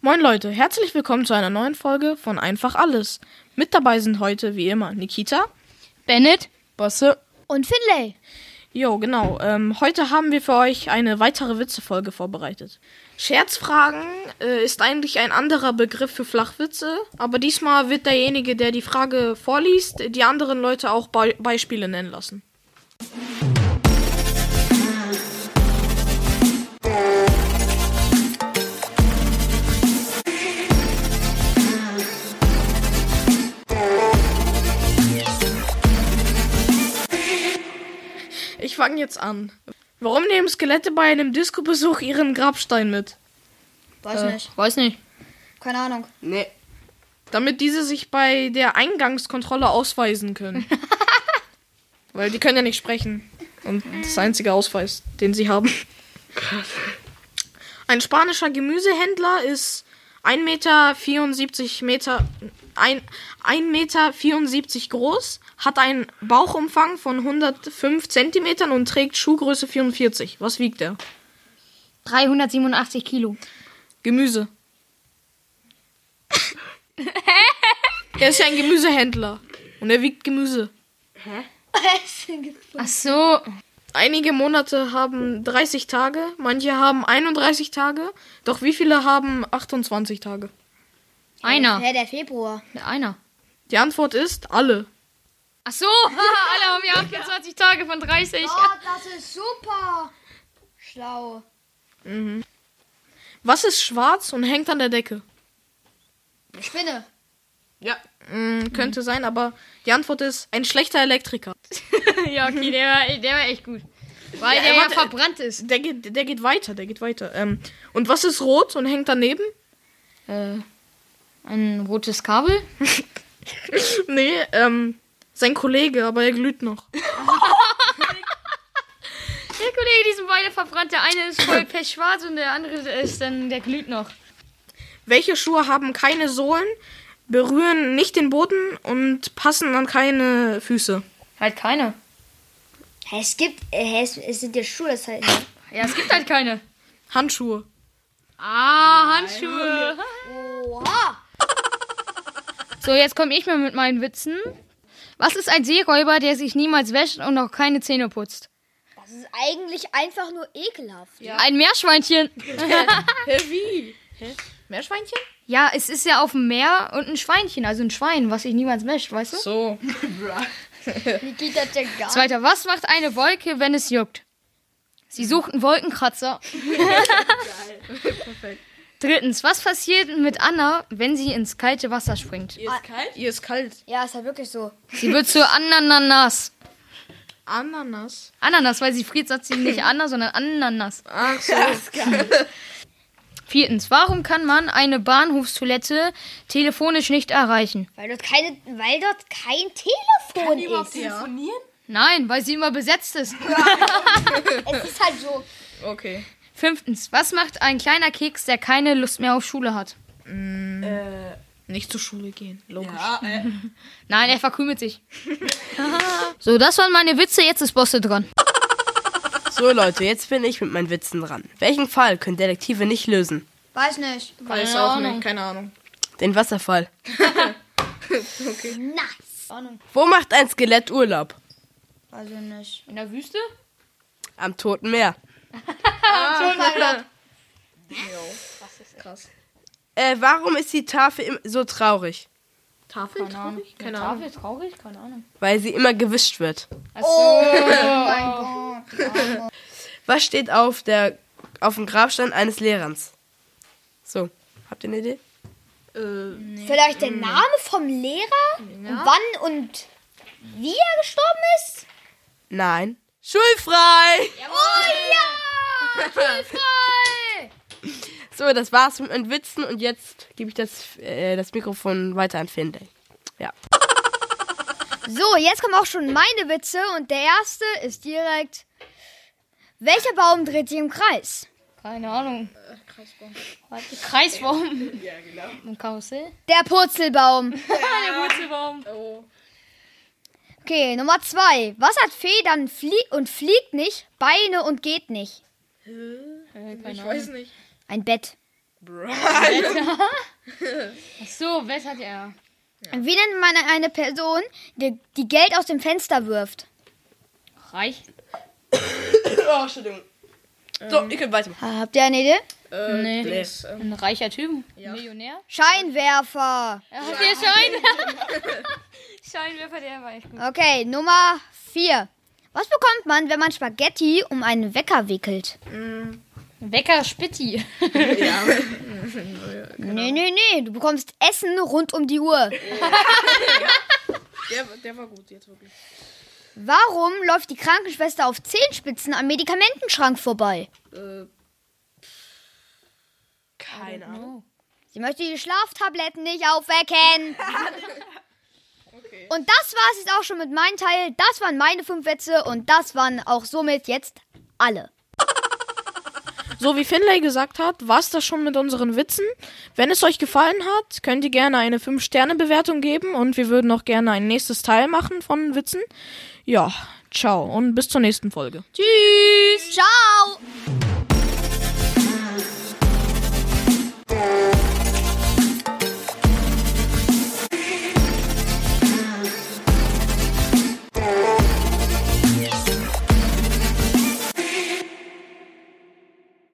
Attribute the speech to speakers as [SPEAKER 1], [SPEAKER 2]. [SPEAKER 1] Moin Leute, herzlich willkommen zu einer neuen Folge von Einfach Alles. Mit dabei sind heute wie immer Nikita,
[SPEAKER 2] Bennett
[SPEAKER 1] Bosse.
[SPEAKER 2] und Finlay.
[SPEAKER 1] Jo, genau. Ähm, heute haben wir für euch eine weitere Witzefolge vorbereitet. Scherzfragen äh, ist eigentlich ein anderer Begriff für Flachwitze, aber diesmal wird derjenige, der die Frage vorliest, die anderen Leute auch Be Beispiele nennen lassen. Ich fange jetzt an. Warum nehmen Skelette bei einem Disco-Besuch ihren Grabstein mit?
[SPEAKER 3] Weiß nicht.
[SPEAKER 2] Äh, Weiß nicht.
[SPEAKER 3] Keine Ahnung.
[SPEAKER 4] Nee.
[SPEAKER 1] Damit diese sich bei der Eingangskontrolle ausweisen können. Weil die können ja nicht sprechen. Und das ist der einzige Ausweis, den sie haben. Ein spanischer Gemüsehändler ist 1,74 Meter, Meter, ein, 1,74 Meter groß, hat einen Bauchumfang von 105 Zentimetern und trägt Schuhgröße 44. Was wiegt er?
[SPEAKER 2] 387 Kilo.
[SPEAKER 1] Gemüse. er ist ja ein Gemüsehändler. Und er wiegt Gemüse.
[SPEAKER 2] Ach so.
[SPEAKER 1] Einige Monate haben 30 Tage, manche haben 31 Tage, doch wie viele haben 28 Tage?
[SPEAKER 2] Einer.
[SPEAKER 3] Hä, der Februar.
[SPEAKER 2] Einer.
[SPEAKER 1] Die Antwort ist alle.
[SPEAKER 2] Ach so. Alle haben ja 28 Tage von 30.
[SPEAKER 3] Oh, das ist super. Schlau.
[SPEAKER 1] Was ist schwarz und hängt an der Decke?
[SPEAKER 3] Spinne.
[SPEAKER 4] Ja.
[SPEAKER 1] Hm, könnte sein, aber die Antwort ist ein schlechter Elektriker.
[SPEAKER 2] ja, okay, der war, der war echt gut. Weil
[SPEAKER 1] Ja,
[SPEAKER 2] der ja
[SPEAKER 1] warte.
[SPEAKER 2] verbrannt ist.
[SPEAKER 1] Der geht, der geht weiter, der geht weiter. Ähm, und was ist rot und hängt daneben?
[SPEAKER 2] Äh, ein rotes Kabel?
[SPEAKER 1] Nee, ähm, sein Kollege, aber er glüht noch.
[SPEAKER 2] Der Kollege, die sind beide verbrannt. Der eine ist voll pechschwarz und der andere ist dann, der glüht noch.
[SPEAKER 1] Welche Schuhe haben keine Sohlen, berühren nicht den Boden und passen an keine Füße?
[SPEAKER 2] Halt keine.
[SPEAKER 3] Hä, es gibt. äh, Hä, es, es sind ja Schuhe, das heißt.
[SPEAKER 2] Ja, es gibt halt keine.
[SPEAKER 1] Handschuhe.
[SPEAKER 2] Ah, Handschuhe.
[SPEAKER 3] Oha.
[SPEAKER 2] So, jetzt komme ich mal mit meinen Witzen. Was ist ein Seeräuber, der sich niemals wäscht und auch keine Zähne putzt?
[SPEAKER 3] Das ist eigentlich einfach nur ekelhaft.
[SPEAKER 2] Ein Meerschweinchen.
[SPEAKER 1] Hä, wie? Meerschweinchen?
[SPEAKER 2] Ja, es ist ja auf dem Meer und ein Schweinchen, also ein Schwein, was sich niemals wäscht, weißt du?
[SPEAKER 1] So.
[SPEAKER 3] Wie geht das denn gar nicht?
[SPEAKER 2] Zweiter, was macht eine Wolke, wenn es juckt? Sie sucht einen Wolkenkratzer. Drittens, was passiert mit Anna, wenn sie ins kalte Wasser springt?
[SPEAKER 1] Ihr ist kalt? Ihr ist kalt.
[SPEAKER 3] Ja, ist halt wirklich so.
[SPEAKER 2] Sie wird zu Ananas.
[SPEAKER 1] Ananas.
[SPEAKER 2] Ananas, weil sie friert, sagt sie nicht Anna, sondern Ananas.
[SPEAKER 1] Ach so.
[SPEAKER 2] Viertens, warum kann man eine Bahnhofstoilette telefonisch nicht erreichen?
[SPEAKER 3] Weil dort, keine, weil dort kein Telefon ist.
[SPEAKER 4] Telefonieren?
[SPEAKER 2] Nein, weil sie immer besetzt ist.
[SPEAKER 3] Es ist halt so.
[SPEAKER 1] Okay.
[SPEAKER 2] Fünftens, was macht ein kleiner Keks, der keine Lust mehr auf Schule hat?
[SPEAKER 4] Äh,
[SPEAKER 1] Nicht zur Schule gehen. Logisch.
[SPEAKER 4] ja, äh.
[SPEAKER 2] Nein, er verkrümelt sich. so, das waren meine Witze, jetzt ist Bosse dran.
[SPEAKER 4] So Leute, jetzt bin ich mit meinen Witzen dran. Welchen Fall können Detektive nicht lösen?
[SPEAKER 3] Weiß nicht.
[SPEAKER 1] Weiß
[SPEAKER 2] Keine
[SPEAKER 1] auch
[SPEAKER 2] Ahnung.
[SPEAKER 1] nicht. Keine Ahnung.
[SPEAKER 4] Den Wasserfall.
[SPEAKER 3] Nass. Ahnung.
[SPEAKER 4] Wo macht ein Skelett Urlaub?
[SPEAKER 3] Weiß ich nicht.
[SPEAKER 2] In der Wüste?
[SPEAKER 4] Am Toten Meer.
[SPEAKER 1] Krass.
[SPEAKER 4] Äh, warum ist die Tafel im so traurig?
[SPEAKER 1] Tafel? Keine Ahnung. Keine Ahnung.
[SPEAKER 2] Tafel traurig? Keine Ahnung.
[SPEAKER 4] Weil sie immer gewischt wird.
[SPEAKER 3] Oh
[SPEAKER 2] Oh
[SPEAKER 4] Was steht auf der auf dem Grabstein eines Lehrers? So, habt ihr eine Idee?
[SPEAKER 1] Äh,
[SPEAKER 3] Vielleicht
[SPEAKER 2] Mhm.
[SPEAKER 3] der Name vom Lehrer? Und wann und wie er gestorben ist?
[SPEAKER 4] Nein. Schulfrei!
[SPEAKER 3] Oh
[SPEAKER 4] So, das war's mit meinen Witzen und jetzt gebe ich das, äh, das Mikrofon weiter an Finlay. Ja.
[SPEAKER 3] So, jetzt kommen auch schon meine Witze und der erste ist direkt. Welcher Baum dreht sich im Kreis?
[SPEAKER 2] Keine Ahnung. Äh, Kreisbaum. Kreisbaum. Ja, genau. Ein Karussell?
[SPEAKER 3] Der Purzelbaum.
[SPEAKER 2] Der Wurzelbaum.
[SPEAKER 3] Okay, Nummer zwei. Was hat Federn flie und fliegt nicht, Beine und geht nicht?
[SPEAKER 2] Äh, keine
[SPEAKER 1] ich weiß nicht.
[SPEAKER 3] Ein Bett.
[SPEAKER 2] Ach so, was hat er?
[SPEAKER 3] Wie nennt man eine Person, die, die Geld aus dem Fenster wirft?
[SPEAKER 2] Reich?
[SPEAKER 4] Oh, Entschuldigung. So, ihr könnt weitermachen.
[SPEAKER 3] Habt ihr eine Idee?
[SPEAKER 1] Äh,
[SPEAKER 2] Nee.
[SPEAKER 1] Dings, ähm,
[SPEAKER 2] Ein reicher Typ? Millionär?
[SPEAKER 3] Scheinwerfer.
[SPEAKER 2] Er hat hier Scheinwerfer. Scheinwerfer, der war echt gut.
[SPEAKER 3] Okay, Nummer 4. Was bekommt man, wenn man Spaghetti um einen Wecker wickelt?
[SPEAKER 2] Wecker Spitti.
[SPEAKER 3] Nee, nee, nee. Du bekommst Essen rund um die Uhr.
[SPEAKER 1] der, der war gut jetzt wirklich.
[SPEAKER 3] Warum läuft die Krankenschwester auf Zehenspitzen am Medikamentenschrank vorbei?
[SPEAKER 1] Äh,
[SPEAKER 4] Keine Ahnung.
[SPEAKER 3] Sie möchte die Schlaftabletten nicht aufwecken. Und das war es jetzt auch schon mit meinem Teil. Das waren meine fünf Witze und das waren auch somit jetzt alle.
[SPEAKER 1] So wie Finlay gesagt hat, war's das schon mit unseren Witzen. Wenn es euch gefallen hat, könnt ihr gerne eine 5-Sterne-Bewertung geben und wir würden auch gerne ein nächstes Teil machen von Witzen. Ja, ciao und bis zur nächsten Folge.
[SPEAKER 3] Tschüss. Ciao.